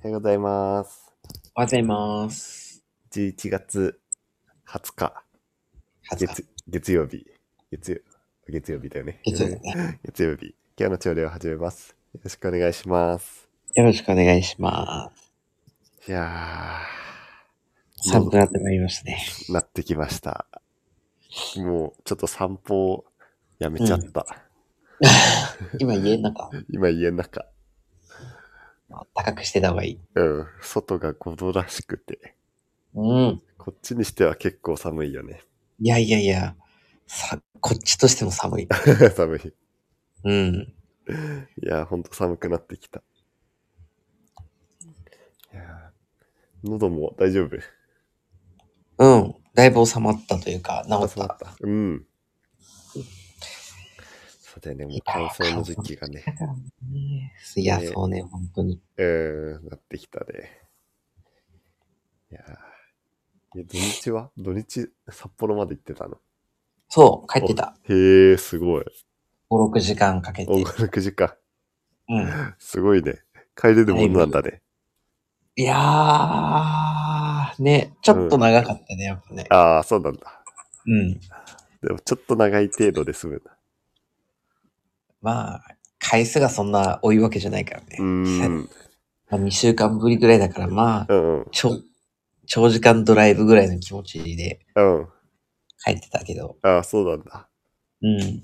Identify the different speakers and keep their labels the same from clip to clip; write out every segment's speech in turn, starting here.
Speaker 1: おはようございます。
Speaker 2: おはようございます。
Speaker 1: 11月20日、
Speaker 2: 初
Speaker 1: 月、月曜日。月曜、月曜日だよね。
Speaker 2: 月曜日ね。
Speaker 1: 月曜日。今日の朝礼を始めます。よろしくお願いします。
Speaker 2: よろしくお願いしま
Speaker 1: いや
Speaker 2: す。寒くなってまいりましたね。
Speaker 1: ー、なってきました。もう、ちょっと散歩をやめちゃった。
Speaker 2: 今家なんか
Speaker 1: 今家の中。
Speaker 2: 高くしてた方がいい。
Speaker 1: うん。外が5度らしくて。
Speaker 2: うん。
Speaker 1: こっちにしては結構寒いよね。
Speaker 2: いやいやいや、さ、こっちとしても寒い。
Speaker 1: 寒い。
Speaker 2: うん。
Speaker 1: いやー、ほんと寒くなってきた。いやー喉も大丈夫
Speaker 2: うん。だいぶ収まったというか、治っ
Speaker 1: そうだ
Speaker 2: た。
Speaker 1: った。うん。そうだよね、もう乾燥の時期がね、
Speaker 2: ねいや、そうね、本当に。
Speaker 1: うーん、なってきたね。いやーいや土日は土日、札幌まで行ってたの。
Speaker 2: そう、帰ってた。
Speaker 1: へえ、すごい。
Speaker 2: 5、6時間かけて。
Speaker 1: お、
Speaker 2: う
Speaker 1: 6時間。
Speaker 2: ん。
Speaker 1: すごいね。帰れるもんなんだね。
Speaker 2: いやー、ね、ちょっと長かったね、やっぱね。
Speaker 1: ああ、そうなんだ。
Speaker 2: うん。
Speaker 1: でもちょっと長い程度で済むんだ。
Speaker 2: まあ、回数がそんな多いわけじゃないからね。
Speaker 1: うーん。
Speaker 2: まあ、2週間ぶりぐらいだから、まあ、
Speaker 1: うんうん。
Speaker 2: 長、長時間ドライブぐらいの気持ちで
Speaker 1: うん。
Speaker 2: 帰ってたけど、
Speaker 1: ああ、そうなんだ。
Speaker 2: うん。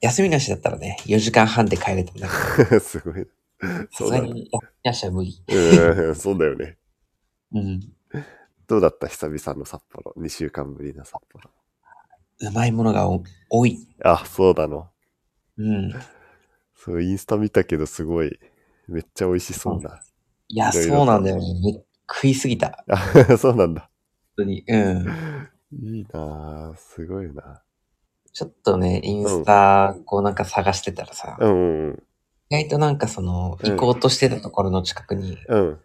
Speaker 2: 休みなしだったらね、4時間半で帰れたんだ け
Speaker 1: すごい。
Speaker 2: ど、さ
Speaker 1: そう
Speaker 2: すが
Speaker 1: だね。
Speaker 2: に休みなしは無理。
Speaker 1: うん、そうだよね。
Speaker 2: うん。
Speaker 1: どうだった久々の札幌。2週間ぶりの札幌。
Speaker 2: うまいものがお多い。
Speaker 1: あ、そうなの。
Speaker 2: うん。
Speaker 1: そう、インスタ見たけど、すごい。めっちゃ美味しそうな。
Speaker 2: いや、
Speaker 1: いろいろと
Speaker 2: そうなんだよね。め食いすぎた。
Speaker 1: あ、 そうなんだ。
Speaker 2: 本当に。うん。
Speaker 1: いいなぁ。すごいな
Speaker 2: ちょっとね、インスタ、こうなんか探してたらさ、
Speaker 1: ぁ。うんうん
Speaker 2: 意外となんかその、
Speaker 1: うん
Speaker 2: 行こうとしてたところの近くに、
Speaker 1: うん。うん。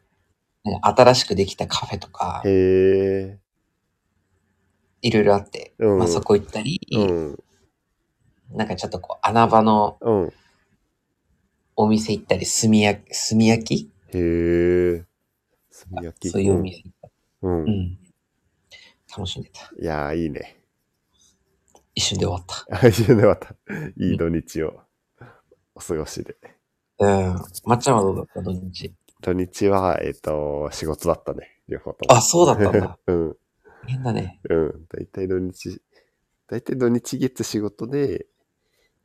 Speaker 2: ね新しくできたカフェとか、
Speaker 1: へえ。
Speaker 2: いろいろあって、
Speaker 1: うん
Speaker 2: まあそこ行ったり、
Speaker 1: うん。
Speaker 2: なんかちょっとこう穴場の
Speaker 1: うん。
Speaker 2: お店行ったり、炭焼き、炭焼き
Speaker 1: へえ。炭焼き。
Speaker 2: そういうお店行ったり、
Speaker 1: うん。
Speaker 2: う
Speaker 1: うんん。
Speaker 2: 楽しんでた。
Speaker 1: いやぁ、いいね。
Speaker 2: 一瞬で終わっ
Speaker 1: あ、いいね、また。いい土日をお過ごしで。
Speaker 2: た。うん。まっちゃんはどうだった土日。
Speaker 1: 土日は、えっ、と、仕事だったね。両方とも。
Speaker 2: あ、そうだった んだ。
Speaker 1: うん。
Speaker 2: 変だね。
Speaker 1: うん。大体土日、大体土日月仕事で、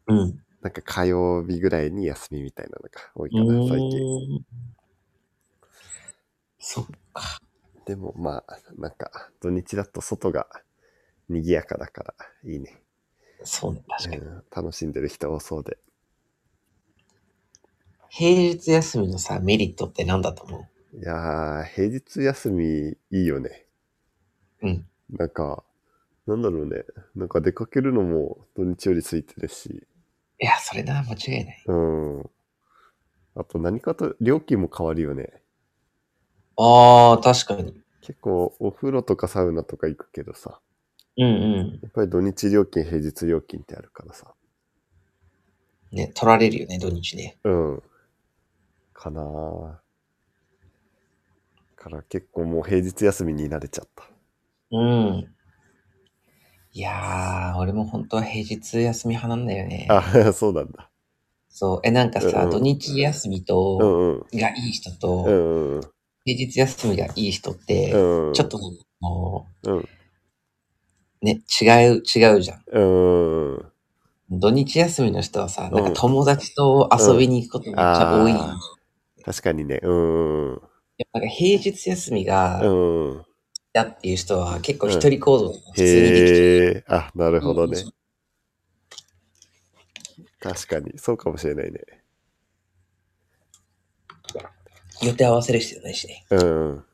Speaker 2: うん。
Speaker 1: なんか火曜日ぐらいに休みみたいなのが多いうかな、最近。
Speaker 2: ーん。そっか。
Speaker 1: でもまあ、なんか土日だと外が賑やかだからいいね。
Speaker 2: そうね、確かに。
Speaker 1: うん、楽しんでる人多そうで。
Speaker 2: 平日休みのさ、メリットって何だと思う
Speaker 1: いやー、平日休みいいよね。
Speaker 2: うん。
Speaker 1: なんか、なんだろうね。なんか出かけるのも土日より空いてるし、
Speaker 2: いや、それな、間違いない。
Speaker 1: うん。あと何かと料金も変わるよね。
Speaker 2: ああ、確かに。
Speaker 1: 結構お風呂とかサウナとか行くけどさ、
Speaker 2: うん
Speaker 1: やっぱり土日料金、平日料金ってあるからさ。
Speaker 2: うん。ね、取られるよね、土日ね。
Speaker 1: うん。かなぁ。から結構もう平日休みに慣れちゃった。
Speaker 2: うん。いやー、俺も本当は平日休み派なんだよね。
Speaker 1: あ、 そうなんだ。
Speaker 2: そう。え、なんかさ、
Speaker 1: うん
Speaker 2: 土日休み
Speaker 1: う
Speaker 2: と、
Speaker 1: んうん。
Speaker 2: がいい人
Speaker 1: う
Speaker 2: と、
Speaker 1: んうん。
Speaker 2: 平日休みがいい人って、
Speaker 1: うん。
Speaker 2: ちょっと、あの
Speaker 1: うん。
Speaker 2: ね、違う、違うじゃん。
Speaker 1: うん。うん。
Speaker 2: 土日休みの人はさ、なん
Speaker 1: う
Speaker 2: か
Speaker 1: ん
Speaker 2: 友達と遊びに行くことめっちゃ多い。
Speaker 1: あー確かにね。うんうん。
Speaker 2: でもなんか平日休み
Speaker 1: う
Speaker 2: が
Speaker 1: んうん。
Speaker 2: だっていう人は結構一人行動が普通にできてる。
Speaker 1: へえ。あ、なるほどね
Speaker 2: う。
Speaker 1: 確かに。そうかもしれないね。
Speaker 2: 予定合わせる必要ないしね。
Speaker 1: うん。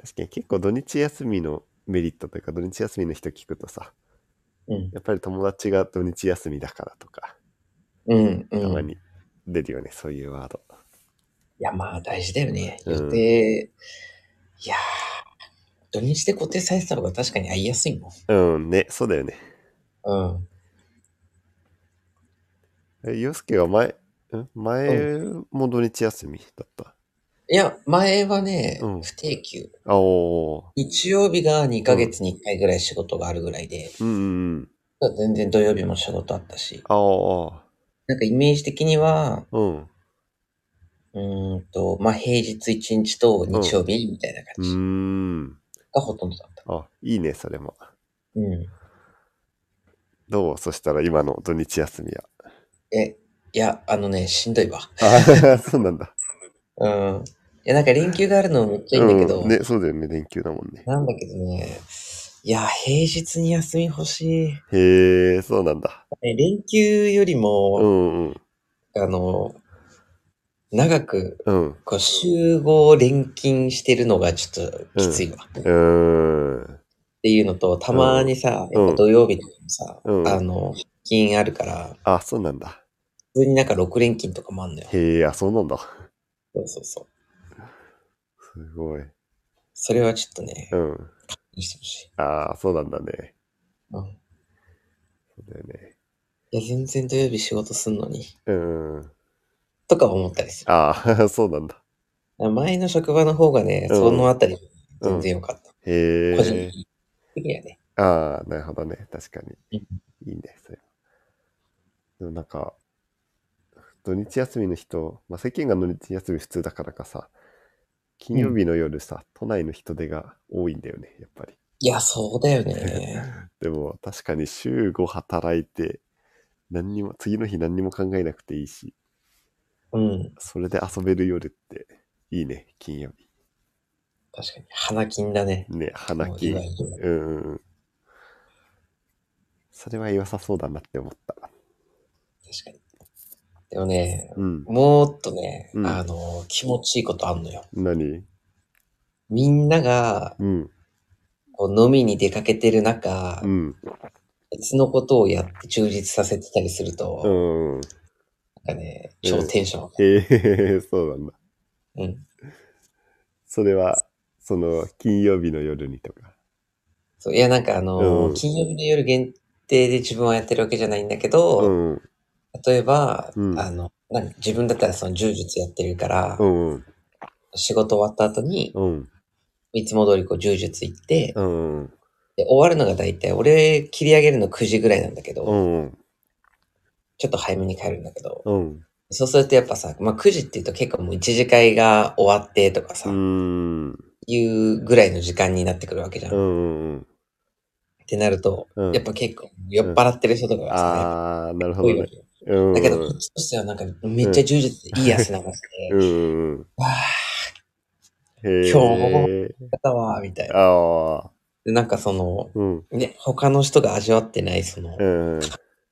Speaker 1: 確かに結構土日休みのメリットというか、土日休みの人聞くとさ、
Speaker 2: うん。
Speaker 1: やっぱり友達が土日休みだからとか、
Speaker 2: うん、
Speaker 1: た
Speaker 2: う
Speaker 1: ま
Speaker 2: ん。い
Speaker 1: に出るよね、そういうワード。
Speaker 2: や、まあ大事だよね。
Speaker 1: うん
Speaker 2: 予定、いやー、土日で固定されてた方が確かに会いやすいもん。
Speaker 1: うん、ね、そうだよね。
Speaker 2: うん。
Speaker 1: え、洋介は前、ん前も土日休みだった。
Speaker 2: いや、前はね、
Speaker 1: うん
Speaker 2: 不定休。
Speaker 1: あおー
Speaker 2: 日曜日が2ヶ月に1回ぐらい仕事があるぐらいで、
Speaker 1: うんうんうん。
Speaker 2: 全然土曜日も仕事あったし、
Speaker 1: あーあ
Speaker 2: なんかイメージ的には、
Speaker 1: ー。うん。
Speaker 2: うーんと、まあ、平日1日と日曜日みたいな
Speaker 1: う
Speaker 2: 感じ
Speaker 1: ーん。
Speaker 2: がほとんどだった。
Speaker 1: あ、いいね、それも。
Speaker 2: うん。
Speaker 1: どうそしたら今の土日休みは。
Speaker 2: え、いや、あのね、しんどいわ。
Speaker 1: あ そうなんだ。
Speaker 2: うん。いや、なんか連休があるのめっちゃいいんだけど、
Speaker 1: うん、ね、そうだよね、連休だもんね。
Speaker 2: なんだけどね、いや、平日に休み欲し
Speaker 1: へえ、そうなんだ。
Speaker 2: い。連休より
Speaker 1: う
Speaker 2: も、
Speaker 1: んうん。
Speaker 2: あの、長く、
Speaker 1: うん。
Speaker 2: こう、集合連勤してるのがちょっときついわ。
Speaker 1: う
Speaker 2: っ
Speaker 1: ーん。
Speaker 2: ていうのと、たまにさ、
Speaker 1: うん
Speaker 2: やっぱ土曜日とかもさ、
Speaker 1: うん
Speaker 2: あの、出勤あるから、
Speaker 1: あ、そうなんだ。
Speaker 2: 普通になんか6連勤とかもあんのよ。
Speaker 1: へえ、あ、そうなんだ。
Speaker 2: そうそうそう。
Speaker 1: すごい。
Speaker 2: それはちょっとね
Speaker 1: う、ん。
Speaker 2: いいしてほしい。
Speaker 1: ああ、そうなんだね。
Speaker 2: うん。
Speaker 1: そうだよね。
Speaker 2: いや、全然土曜日仕事すんのに、
Speaker 1: うん。
Speaker 2: とか思ったりする。
Speaker 1: ああ、 そうなんだ。
Speaker 2: 前の職場の方がね、
Speaker 1: うん
Speaker 2: そのあたり、全然良かった。
Speaker 1: へ
Speaker 2: 個人
Speaker 1: え。
Speaker 2: 的にはね。
Speaker 1: ああ、なるほどね。確かに
Speaker 2: う。
Speaker 1: いいね、それ。でもなんか、土日休みの人、まあ、世間が土日休み普通だからかさ、金曜日の夜さ、都内の人出が多いんだよね、やっぱり。
Speaker 2: いや、そうだ よね。
Speaker 1: でも確かに週5働いて、何にも、次の日何にも考えなくていいし、
Speaker 2: うん。
Speaker 1: それで遊べる夜っていいね、金曜日。
Speaker 2: 確かに。花金だね。
Speaker 1: ね、花
Speaker 2: もうい
Speaker 1: 金。
Speaker 2: いわいいわ
Speaker 1: うんうんうん。それは良さそうだなって思った。
Speaker 2: 確かに。でもね、
Speaker 1: うん。
Speaker 2: もっとね、
Speaker 1: うん
Speaker 2: あの、気持ちいいことあんのよ。
Speaker 1: 何
Speaker 2: みんなが、
Speaker 1: うん。
Speaker 2: こう飲みに出かけてる中、
Speaker 1: うん。
Speaker 2: 別のことをやって充実させてたりすると、
Speaker 1: うん。
Speaker 2: なんかね、
Speaker 1: うん
Speaker 2: 超テンション上がる。
Speaker 1: へえ、そうなんだ。
Speaker 2: うん。
Speaker 1: それは、その、金曜日の夜にとか。
Speaker 2: そういや、なんかあの、
Speaker 1: うん
Speaker 2: 金曜日の夜限定で自分はやってるわけじゃないんだけど、
Speaker 1: うん。
Speaker 2: 例えば、
Speaker 1: うん
Speaker 2: あの、何自分だったらその柔術やってるから、
Speaker 1: うん。
Speaker 2: 仕事終わった後に、
Speaker 1: うん。
Speaker 2: いつも通りこう柔術行って、
Speaker 1: うん。
Speaker 2: で終わるのが大体、俺切り上げるの9時ぐらいなんだけど、
Speaker 1: うん。
Speaker 2: ちょっと早めに帰るんだけど、
Speaker 1: うん。
Speaker 2: そうするとやっぱさ、まあ9時っていうと結構もう1次会が終わってとかさ、
Speaker 1: うん。
Speaker 2: いうぐらいの時間になってくるわけじゃん。
Speaker 1: う
Speaker 2: っ
Speaker 1: ん。
Speaker 2: てなると、
Speaker 1: うん
Speaker 2: やっぱ結構酔っ払ってる人とかが
Speaker 1: あ
Speaker 2: さ、
Speaker 1: あ、なるほ
Speaker 2: 多
Speaker 1: ど
Speaker 2: いわ
Speaker 1: ね。
Speaker 2: けよ。
Speaker 1: うん。
Speaker 2: だけど、こっちとしてはなんかめっちゃ柔術でいい汗流して、
Speaker 1: うん。
Speaker 2: わあ、
Speaker 1: へえ。
Speaker 2: やったわー、みたいな。
Speaker 1: ああ。
Speaker 2: で、なんかその、
Speaker 1: うん。
Speaker 2: ね、他の人が味わってないその、
Speaker 1: うん。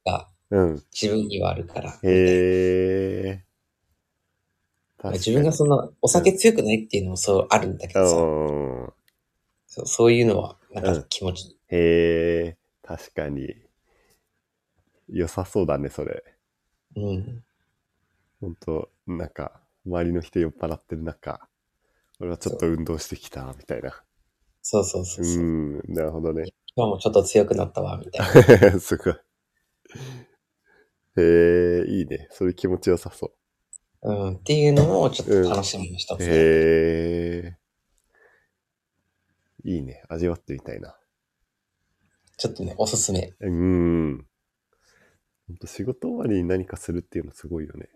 Speaker 2: が
Speaker 1: うん。
Speaker 2: 自分にはあるから。
Speaker 1: へえ。
Speaker 2: まあ自分がそんなお酒強くないっていうのもそうあるんだけどさ、
Speaker 1: うん。
Speaker 2: そうそういうのはなん
Speaker 1: う
Speaker 2: か
Speaker 1: ん
Speaker 2: 気持ちいい。
Speaker 1: へえ、確かに。良さそうだね、それ。
Speaker 2: うん。
Speaker 1: ほんと、なんか、周りの人酔っ払ってる中、俺はちょっと運動してきた、みたいな。
Speaker 2: そうそうそううそう、
Speaker 1: ん、なるほどね。
Speaker 2: 今もちょっと強くなったわ、みたい な。
Speaker 1: すごい。へえ、いいね。それ気持ちよさそ
Speaker 2: うん。っていうのをちょっと楽しみの一
Speaker 1: う。
Speaker 2: つ、
Speaker 1: へえ。いいね。味わってみたいな。
Speaker 2: ちょっとね、おすすめ。
Speaker 1: うん。ほんと、仕事終わりに何かするっていうのすごいよね。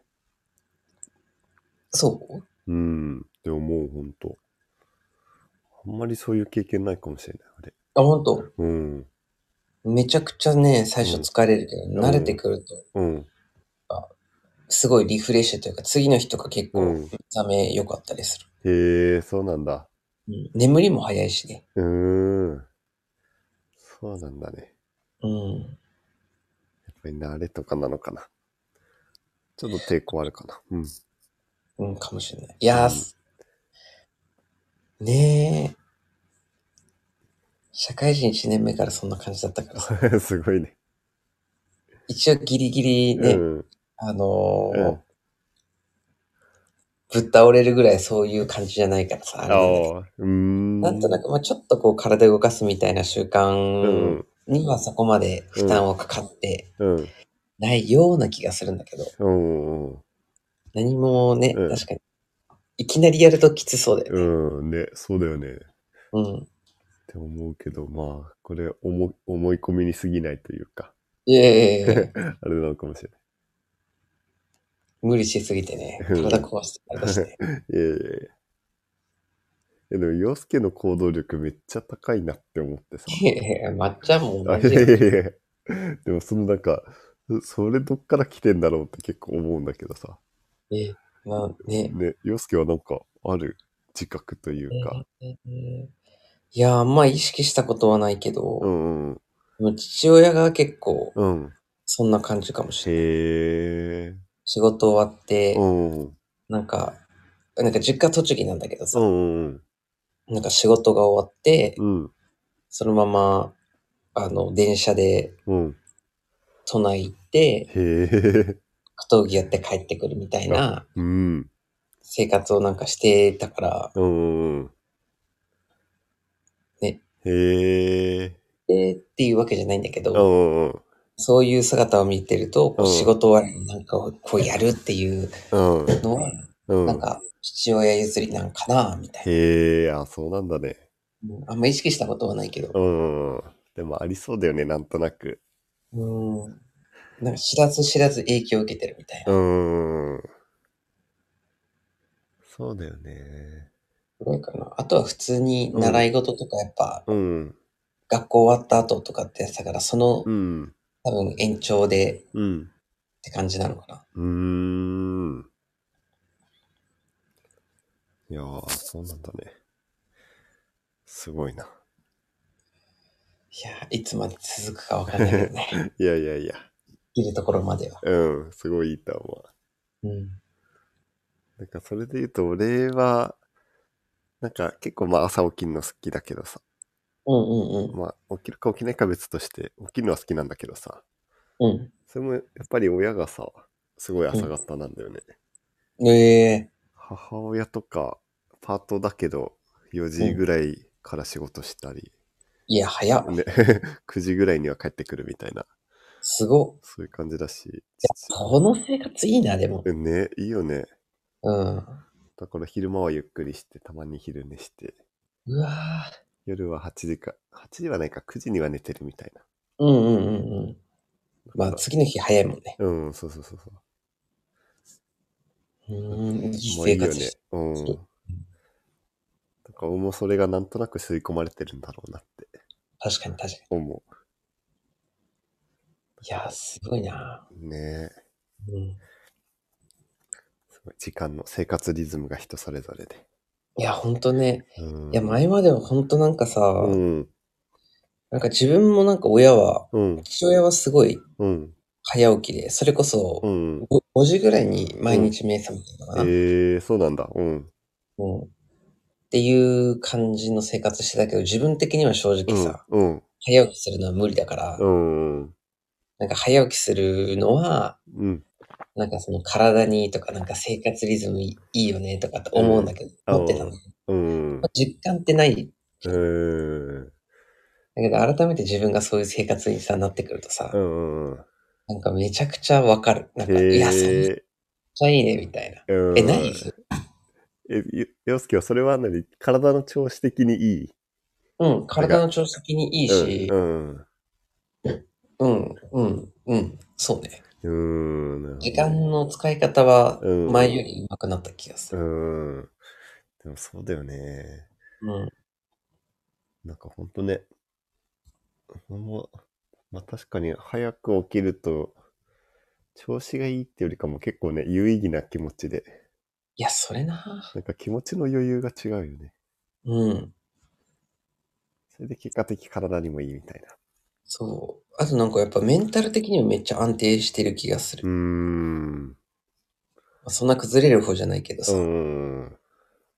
Speaker 2: そう
Speaker 1: うん。でももうほんと。あんまりそういう経験ないかもしれない、あれ。
Speaker 2: あ、ほんと。
Speaker 1: うん。
Speaker 2: めちゃくちゃね、最初疲れるけど、
Speaker 1: ん
Speaker 2: 慣れてくると、
Speaker 1: うん。
Speaker 2: すごいリフレッシュというか、次の日とか結構、
Speaker 1: う
Speaker 2: 目
Speaker 1: ん
Speaker 2: 覚め良かったりする。
Speaker 1: へえ、そうなんだ。
Speaker 2: うん眠りも早いしね。
Speaker 1: うーん。そうなんだね。
Speaker 2: うん。
Speaker 1: やっぱり慣れとかなのかな。ちょっと抵抗あるかな。うん。
Speaker 2: うん、かもしれない。いやー、すねえ。社会人1年目からそんな感じだったからさ。
Speaker 1: すごいね。
Speaker 2: 一応ギリギリね、
Speaker 1: うん。
Speaker 2: あのー
Speaker 1: うん
Speaker 2: ぶっ倒れるぐらいそういう感じじゃないからさ。あ
Speaker 1: あ
Speaker 2: れ
Speaker 1: あ
Speaker 2: なんだけど
Speaker 1: ー、うーん。
Speaker 2: なんとなく、まあちょっとこう体動かすみたいな習
Speaker 1: うん
Speaker 2: 慣。にはそこまで負担はかかって
Speaker 1: うん。
Speaker 2: ないような気がするんだけど、
Speaker 1: うん。うん。
Speaker 2: 何もね、
Speaker 1: うん
Speaker 2: 確かにいきなりやるときつそうだよね。
Speaker 1: うん、ね、そうだよね。
Speaker 2: うん。
Speaker 1: って思うけど、まあ、これ思い、思い込みに過ぎないというか、
Speaker 2: いやいやいやい や
Speaker 1: あれなのかもしれ
Speaker 2: 無理しすぎてね、
Speaker 1: うん
Speaker 2: 体壊して、あれだしね。
Speaker 1: ない。いやいやいや。えでも、洋介の行動力めっちゃ高いなって思ってさ。
Speaker 2: いやいや、まっちゃんも
Speaker 1: あ
Speaker 2: 同
Speaker 1: い
Speaker 2: じ
Speaker 1: や
Speaker 2: よ
Speaker 1: い やいや。でも、そのなんか、それどっから来てんだろうって結構思うんだけどさ。
Speaker 2: ね。まあね。
Speaker 1: ね、洋介はなんか、ある自覚というか。
Speaker 2: えーいや、あんま意識したことはないけど、
Speaker 1: うんうん。
Speaker 2: でも父親が結構
Speaker 1: うん。
Speaker 2: そんな感じかもしれない。
Speaker 1: へえ。
Speaker 2: 仕事終わって、
Speaker 1: うんうん。
Speaker 2: なんか、なんか実家栃木なんだけど
Speaker 1: う
Speaker 2: さ、
Speaker 1: んうん
Speaker 2: なんか仕事が終わって、
Speaker 1: うん。
Speaker 2: そのまま、あの、電車で
Speaker 1: うん。うん。
Speaker 2: 都内行っ
Speaker 1: へ
Speaker 2: て、
Speaker 1: え。
Speaker 2: 格闘技やって帰ってくるみたいな
Speaker 1: うん。
Speaker 2: 生活をなんかしてたから、
Speaker 1: うんうんうん。
Speaker 2: ね。
Speaker 1: へえ。
Speaker 2: えーっていうわけじゃないんだけ
Speaker 1: うんう
Speaker 2: ど、
Speaker 1: んうん。
Speaker 2: そういう姿を見てると、こう
Speaker 1: うん
Speaker 2: 仕事はなんかこうやるっていう
Speaker 1: うん。
Speaker 2: のは、
Speaker 1: うん。
Speaker 2: なんか父親譲りなんかな、みたいな。
Speaker 1: へえ、あ、そうなんだね。
Speaker 2: うんあんま意識したことはないけど
Speaker 1: う、んうん。でもありそうだよね、なんとなく。
Speaker 2: うん。なんか知らず知らず影響を受けてるみたいな。
Speaker 1: うん。そうだよね。
Speaker 2: すごいかな。あとは普通に習い事とかやっぱ、
Speaker 1: うん。
Speaker 2: 学校終わった後とかってやってたから、その
Speaker 1: うん。
Speaker 2: 多分延長でっ
Speaker 1: うん。
Speaker 2: て感じなのかな。
Speaker 1: うーん。いやー、そうなんだね。すごいな。
Speaker 2: いや、いつまで続くかわかんないけどね。
Speaker 1: いやいやいや。
Speaker 2: いるところまでは。
Speaker 1: うん、すごいいいと思う。
Speaker 2: うん。
Speaker 1: なんかそれで言うと俺は、なんか結構まあ朝起きるの好きだけどさ、
Speaker 2: うんうん
Speaker 1: まあ起きるか起きないか別として、起きるのは好きなんだけどさ、
Speaker 2: うん。
Speaker 1: それもやっぱり親がさ、すごい朝方なんだよね。
Speaker 2: うん。え
Speaker 1: 母親とかパートだけど4時ぐらいから仕事したり、
Speaker 2: ー、いや、早っ。
Speaker 1: ね、9時ぐらいには帰ってくるみたいな、
Speaker 2: すごっ。
Speaker 1: そういう感じだし、
Speaker 2: この生活いいな、でも。
Speaker 1: ね、いいよね。
Speaker 2: うん。
Speaker 1: だから昼間はゆっくりして、たまに昼寝して、
Speaker 2: うわぁ。
Speaker 1: 夜は8時か、8時はないか9時には寝てるみたいな。
Speaker 2: うんうんうんうん。まあ、次の日早いもんね。
Speaker 1: うん、そうそうそうそう。
Speaker 2: うん、いい
Speaker 1: もうい
Speaker 2: 生
Speaker 1: いよ
Speaker 2: 活
Speaker 1: ね
Speaker 2: して。
Speaker 1: うん。
Speaker 2: そう
Speaker 1: だから俺もそれがなんとなく吸い込まれてるんだろうなって
Speaker 2: 確かに確か
Speaker 1: 思
Speaker 2: に。いやー、すごいな
Speaker 1: う。ねえ。
Speaker 2: うん。
Speaker 1: すごい時間の生活リズムが人それぞれで。
Speaker 2: いや、ほんとね。
Speaker 1: うん。
Speaker 2: いや、前まではほんとなんかさ、
Speaker 1: うん。
Speaker 2: なんか自分もなんか親は、
Speaker 1: うん。
Speaker 2: 父親はすごい
Speaker 1: うん。
Speaker 2: 早起きで、それこそ
Speaker 1: うん。
Speaker 2: ご5時ぐらいに毎日目覚めてたかな、
Speaker 1: ええー、そうなんだ。うん。
Speaker 2: うんっていう感じの生活してたけど、自分的には
Speaker 1: う
Speaker 2: 正直
Speaker 1: ん
Speaker 2: さ、。
Speaker 1: うん。
Speaker 2: 早起きするのは無理だから、
Speaker 1: うん。
Speaker 2: なんか早起きするのは、
Speaker 1: うん。
Speaker 2: なんかその体にいいとか、なんか生活リズムいいよねとかって思うんだけど、
Speaker 1: うん
Speaker 2: 思ってたの。
Speaker 1: うん。
Speaker 2: 実感ってない。
Speaker 1: うん。
Speaker 2: だけど改めて自分がそういう生活にさ、なってくるとさ、
Speaker 1: うん。
Speaker 2: なんかめちゃくちゃわかる。なんか、いや、そんな
Speaker 1: へ
Speaker 2: ちゃいいね、みたいな。
Speaker 1: え。うん
Speaker 2: え、ない
Speaker 1: え、ゆ洋介はそれは何体の調子的にいい
Speaker 2: うん、体の調子的にいいし、
Speaker 1: うん。
Speaker 2: うん、うん、うん、そうね。
Speaker 1: うん。うんなるほど
Speaker 2: 時間の使い方は
Speaker 1: うん
Speaker 2: 前より上手くなった気がす
Speaker 1: う
Speaker 2: る。
Speaker 1: ん。でもそうだよね。
Speaker 2: うん。
Speaker 1: なんかほんとね。ほんま、まあ確かに早く起きると、調子がいいってよりかも結構ね、有意義な気持ちで。
Speaker 2: いや、それな。
Speaker 1: なんか気持ちの余裕が違うよね。
Speaker 2: うん。
Speaker 1: それで結果的体にもいいみたいな。
Speaker 2: そう。あとなんかやっぱメンタル的にもめっちゃ安定してる気がする。
Speaker 1: うーん。
Speaker 2: まあそんな崩れる方じゃないけど
Speaker 1: う
Speaker 2: さ、
Speaker 1: ん。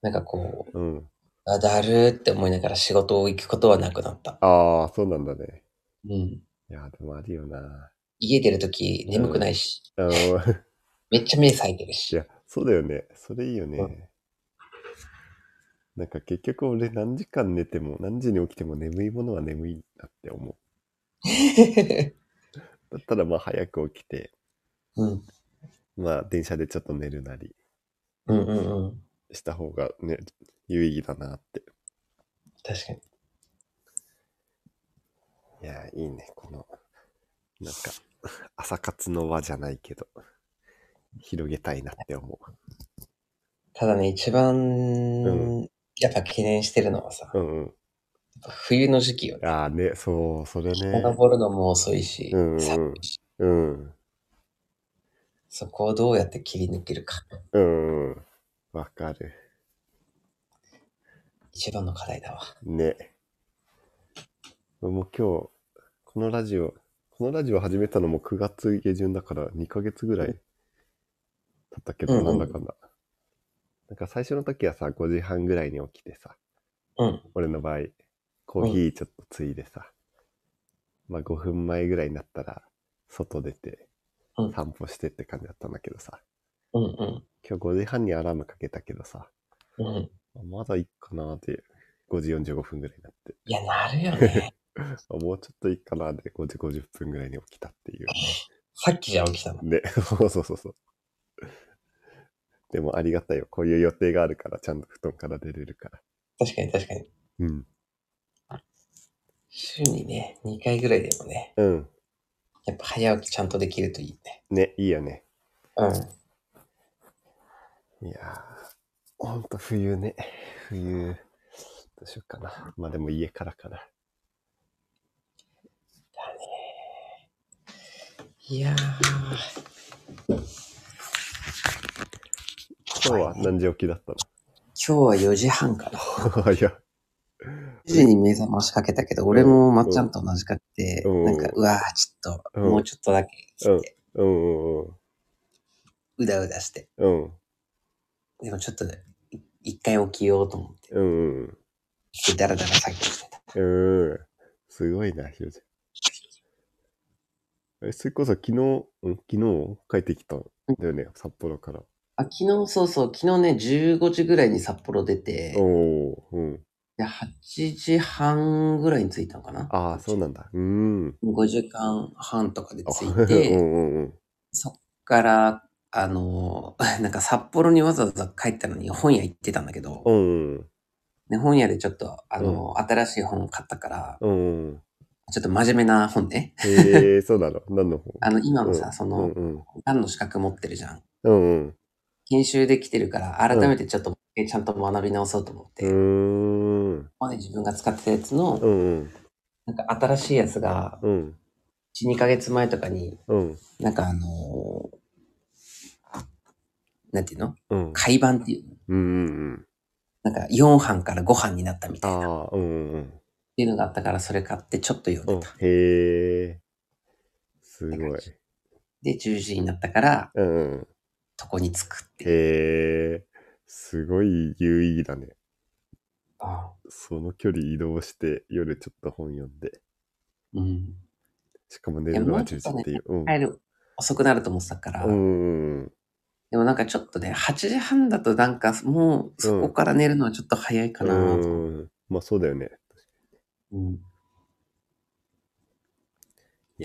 Speaker 2: なんかこう、
Speaker 1: うん。
Speaker 2: あだるーって思いながら仕事を行くことはなくなった。
Speaker 1: ああ、そうなんだね。
Speaker 2: うん。
Speaker 1: いや、でもあるよな。
Speaker 2: 家出るとき眠くないし、
Speaker 1: あの、 い
Speaker 2: めっちゃ目冴えてるし。
Speaker 1: や、そうだよね。それいいよ
Speaker 2: う
Speaker 1: ね。なんか結局俺何時間寝ても何時に起きても眠いものは眠いなって思う。だったらまあ早く起きて、
Speaker 2: うん。
Speaker 1: まあ電車でちょっと寝るなり、
Speaker 2: うんうんうん。
Speaker 1: した方がね、有意義だなって。
Speaker 2: 確かに。
Speaker 1: いや、いいね、この、なんか、 朝活の輪じゃないけど、広げたいなって思
Speaker 2: ただね、一番、
Speaker 1: う
Speaker 2: やっぱ懸念してるのはさ、
Speaker 1: う。うんう
Speaker 2: 冬の時期よ
Speaker 1: ん。
Speaker 2: ね。
Speaker 1: ああね、そう、それ
Speaker 2: 日が
Speaker 1: ね。
Speaker 2: 登るのも遅いし、
Speaker 1: うんうん
Speaker 2: 寒いし
Speaker 1: うん。
Speaker 2: そこをどうやって切り抜けるか。
Speaker 1: うんうん。わかる。
Speaker 2: 一番の課題だわ。
Speaker 1: ね。もう今日、このラジオ、このラジオ始めたのも9月下旬だから2ヶ月ぐらい経ったけ
Speaker 2: うん
Speaker 1: ど、
Speaker 2: うん
Speaker 1: なんだかんだ。なんか最初の時はさ、5時半ぐらいに起きてさ、
Speaker 2: うん。
Speaker 1: 俺の場合、コーヒーちょっとついでさ、まあ5分前ぐらいになったら、外出て
Speaker 2: うん、
Speaker 1: 散歩してって感じだったんだけどさ、
Speaker 2: うんうん。
Speaker 1: 今日5時半にアラームかけたけどさ、
Speaker 2: うん。
Speaker 1: まだいいかなーって、5時45分ぐらいになって。
Speaker 2: いや、なるよ ね。
Speaker 1: あもうちょっといいかなで5時50分ぐらいに起きたっていう。
Speaker 2: さっきじゃ起きたの。
Speaker 1: で、 そうそうそうそう。でもありがたいよ。こういう予定があるから、ちゃんと布団から出れるから。
Speaker 2: 確かに確かに。
Speaker 1: うん。
Speaker 2: 週にね、2回ぐらいでもね、
Speaker 1: うん。
Speaker 2: やっぱ早起きちゃんとできるといいね。
Speaker 1: ね、いいよね。
Speaker 2: うん。
Speaker 1: いやー、ほんと冬ね。冬、どうしようかな。まあでも家からかな。
Speaker 2: いやー、
Speaker 1: 今日は何時起きだった
Speaker 2: 今日は4時半かな。
Speaker 1: の いや、
Speaker 2: 4時に目覚ましかけたけど、俺もまっちゃんと同じかって、
Speaker 1: うん
Speaker 2: なんか、うわー、ちょっと、
Speaker 1: うん
Speaker 2: もうちょっとだけ来て、
Speaker 1: うんうんうん。
Speaker 2: うだうだして。
Speaker 1: うん。
Speaker 2: でもちょっと、い一回起きようと思って、
Speaker 1: うんうん。
Speaker 2: でだらだら作業してた。
Speaker 1: うん。すごいな、ひろちゃん。え、それこそ昨日、ん昨日帰ってきたんだよね、札幌から。
Speaker 2: あ、昨日、そうそう、昨日ね、15時ぐらいに札幌出て、
Speaker 1: おおうん。
Speaker 2: で、8時半ぐらいに着いたのかな。
Speaker 1: ああ、そうなんだ。うん。
Speaker 2: 5時間半とかで
Speaker 1: あ
Speaker 2: 着いて、
Speaker 1: うんうんうん。
Speaker 2: そっから、あの ーなんか札幌にわざわざ帰ったのに本屋行ってたんだけど、
Speaker 1: うんうん。
Speaker 2: で本屋でちょっと、あのー新しい本を買ったから、
Speaker 1: うんうん。
Speaker 2: ちょっと真面目な本ね。
Speaker 1: へえー、そうなの。何の方
Speaker 2: あの、今
Speaker 1: う
Speaker 2: も
Speaker 1: ん
Speaker 2: さ、そ
Speaker 1: う
Speaker 2: の、
Speaker 1: んうん。
Speaker 2: がんの資格持ってるじゃん。
Speaker 1: うん
Speaker 2: 研修できてるから、改めてちょっと、ちゃんと学び直そうと思って、こ
Speaker 1: うん。うーん。
Speaker 2: こまで自分が使ってたやつの、
Speaker 1: うんうん。
Speaker 2: なんか新しいやつが、
Speaker 1: うん。
Speaker 2: 1、2ヶ月前とかに、
Speaker 1: うん。
Speaker 2: なんかあのーなんていうの
Speaker 1: うん。
Speaker 2: 改版っていうの
Speaker 1: うんうん。
Speaker 2: なんか4版から5版になったみたいな。
Speaker 1: ああ、うんうんうん。
Speaker 2: っていうのがあったから、それ買ってちょっと読
Speaker 1: うんん
Speaker 2: でた。
Speaker 1: へえ。すごい。
Speaker 2: で、10時になったから、
Speaker 1: うんうん。
Speaker 2: 床に着くっていう。
Speaker 1: へえ、すごい有意義だね。
Speaker 2: あ
Speaker 1: その距離移動して夜ちょっと本読んで、
Speaker 2: うん。
Speaker 1: しかも寝るのは10時
Speaker 2: いやも
Speaker 1: っ
Speaker 2: う
Speaker 1: て
Speaker 2: ち
Speaker 1: い
Speaker 2: ょ
Speaker 1: う。うん
Speaker 2: 帰る、遅くなると思ってたから、
Speaker 1: うんうん
Speaker 2: でもなんかちょっとね、8時半だとなんかもうそこから寝るのはちょっと早いかな
Speaker 1: う
Speaker 2: と、うん
Speaker 1: ん。まあそうだよね。い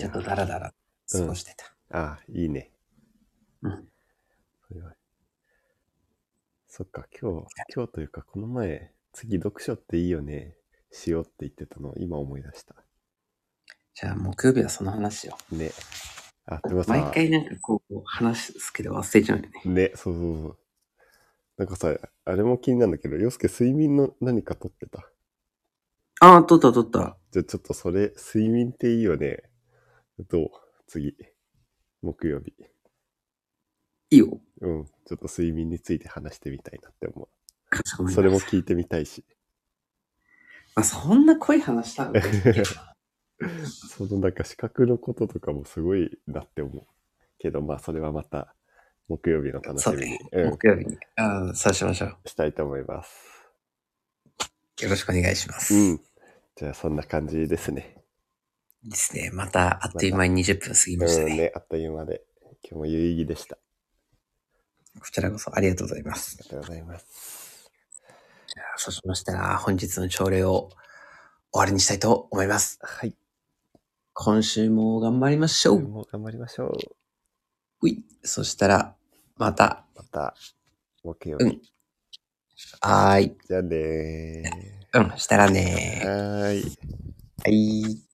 Speaker 2: ちょ
Speaker 1: や
Speaker 2: っとダラダラ過ごしてた。
Speaker 1: ああ、いいね。
Speaker 2: うん
Speaker 1: それはそっか、今日、今日というか、この前、次読書っていいよね、しようって言ってたの、今思い出した。
Speaker 2: じゃあ木曜日はその話よ。
Speaker 1: ね。あ、でもさ、
Speaker 2: 毎回なんかこう話すけど忘れちゃうよね。
Speaker 1: ね、そうそうそう。なんかさ、あれも気になるんだけど、洋介睡眠の何か取ってた。
Speaker 2: ああ、取った取った。
Speaker 1: じゃあちょっとそれ、睡眠っていいよね。どう次。木曜日。
Speaker 2: いいよ。
Speaker 1: うん。ちょっと睡眠について話してみたいなって思
Speaker 2: かしこま
Speaker 1: う。
Speaker 2: り
Speaker 1: それ
Speaker 2: ま
Speaker 1: も
Speaker 2: した
Speaker 1: 聞いてみたいし。
Speaker 2: まあ、そんな濃い話したの
Speaker 1: そのなんか資格のこととかもすごいなって思う。けどまあそれはまた木曜日の楽し
Speaker 2: そう
Speaker 1: みに
Speaker 2: ね、。
Speaker 1: うん、
Speaker 2: 木曜日に。ああ、そうしましょう。
Speaker 1: したいと思います。
Speaker 2: よろしくお願いします。
Speaker 1: うん。じゃあそんな感じですね。
Speaker 2: ですね。またあっという間に20分過ぎ
Speaker 1: う
Speaker 2: ました
Speaker 1: ん
Speaker 2: ね。
Speaker 1: ね、あっという間で。今日も有意義でした。あ
Speaker 2: こちらこそありがとうございます。
Speaker 1: りがとうございます。
Speaker 2: じゃあそうしましたら、本日の朝礼を終わりにしたいと思います。
Speaker 1: はい。
Speaker 2: 今週も頑張りましょ
Speaker 1: 今日
Speaker 2: う。
Speaker 1: も頑張りましょう。
Speaker 2: ういそしたら、また
Speaker 1: また木曜日。
Speaker 2: うんはーい。
Speaker 1: じゃあね
Speaker 2: うん、したら
Speaker 1: ー。
Speaker 2: ね
Speaker 1: はーい。
Speaker 2: ー。はい。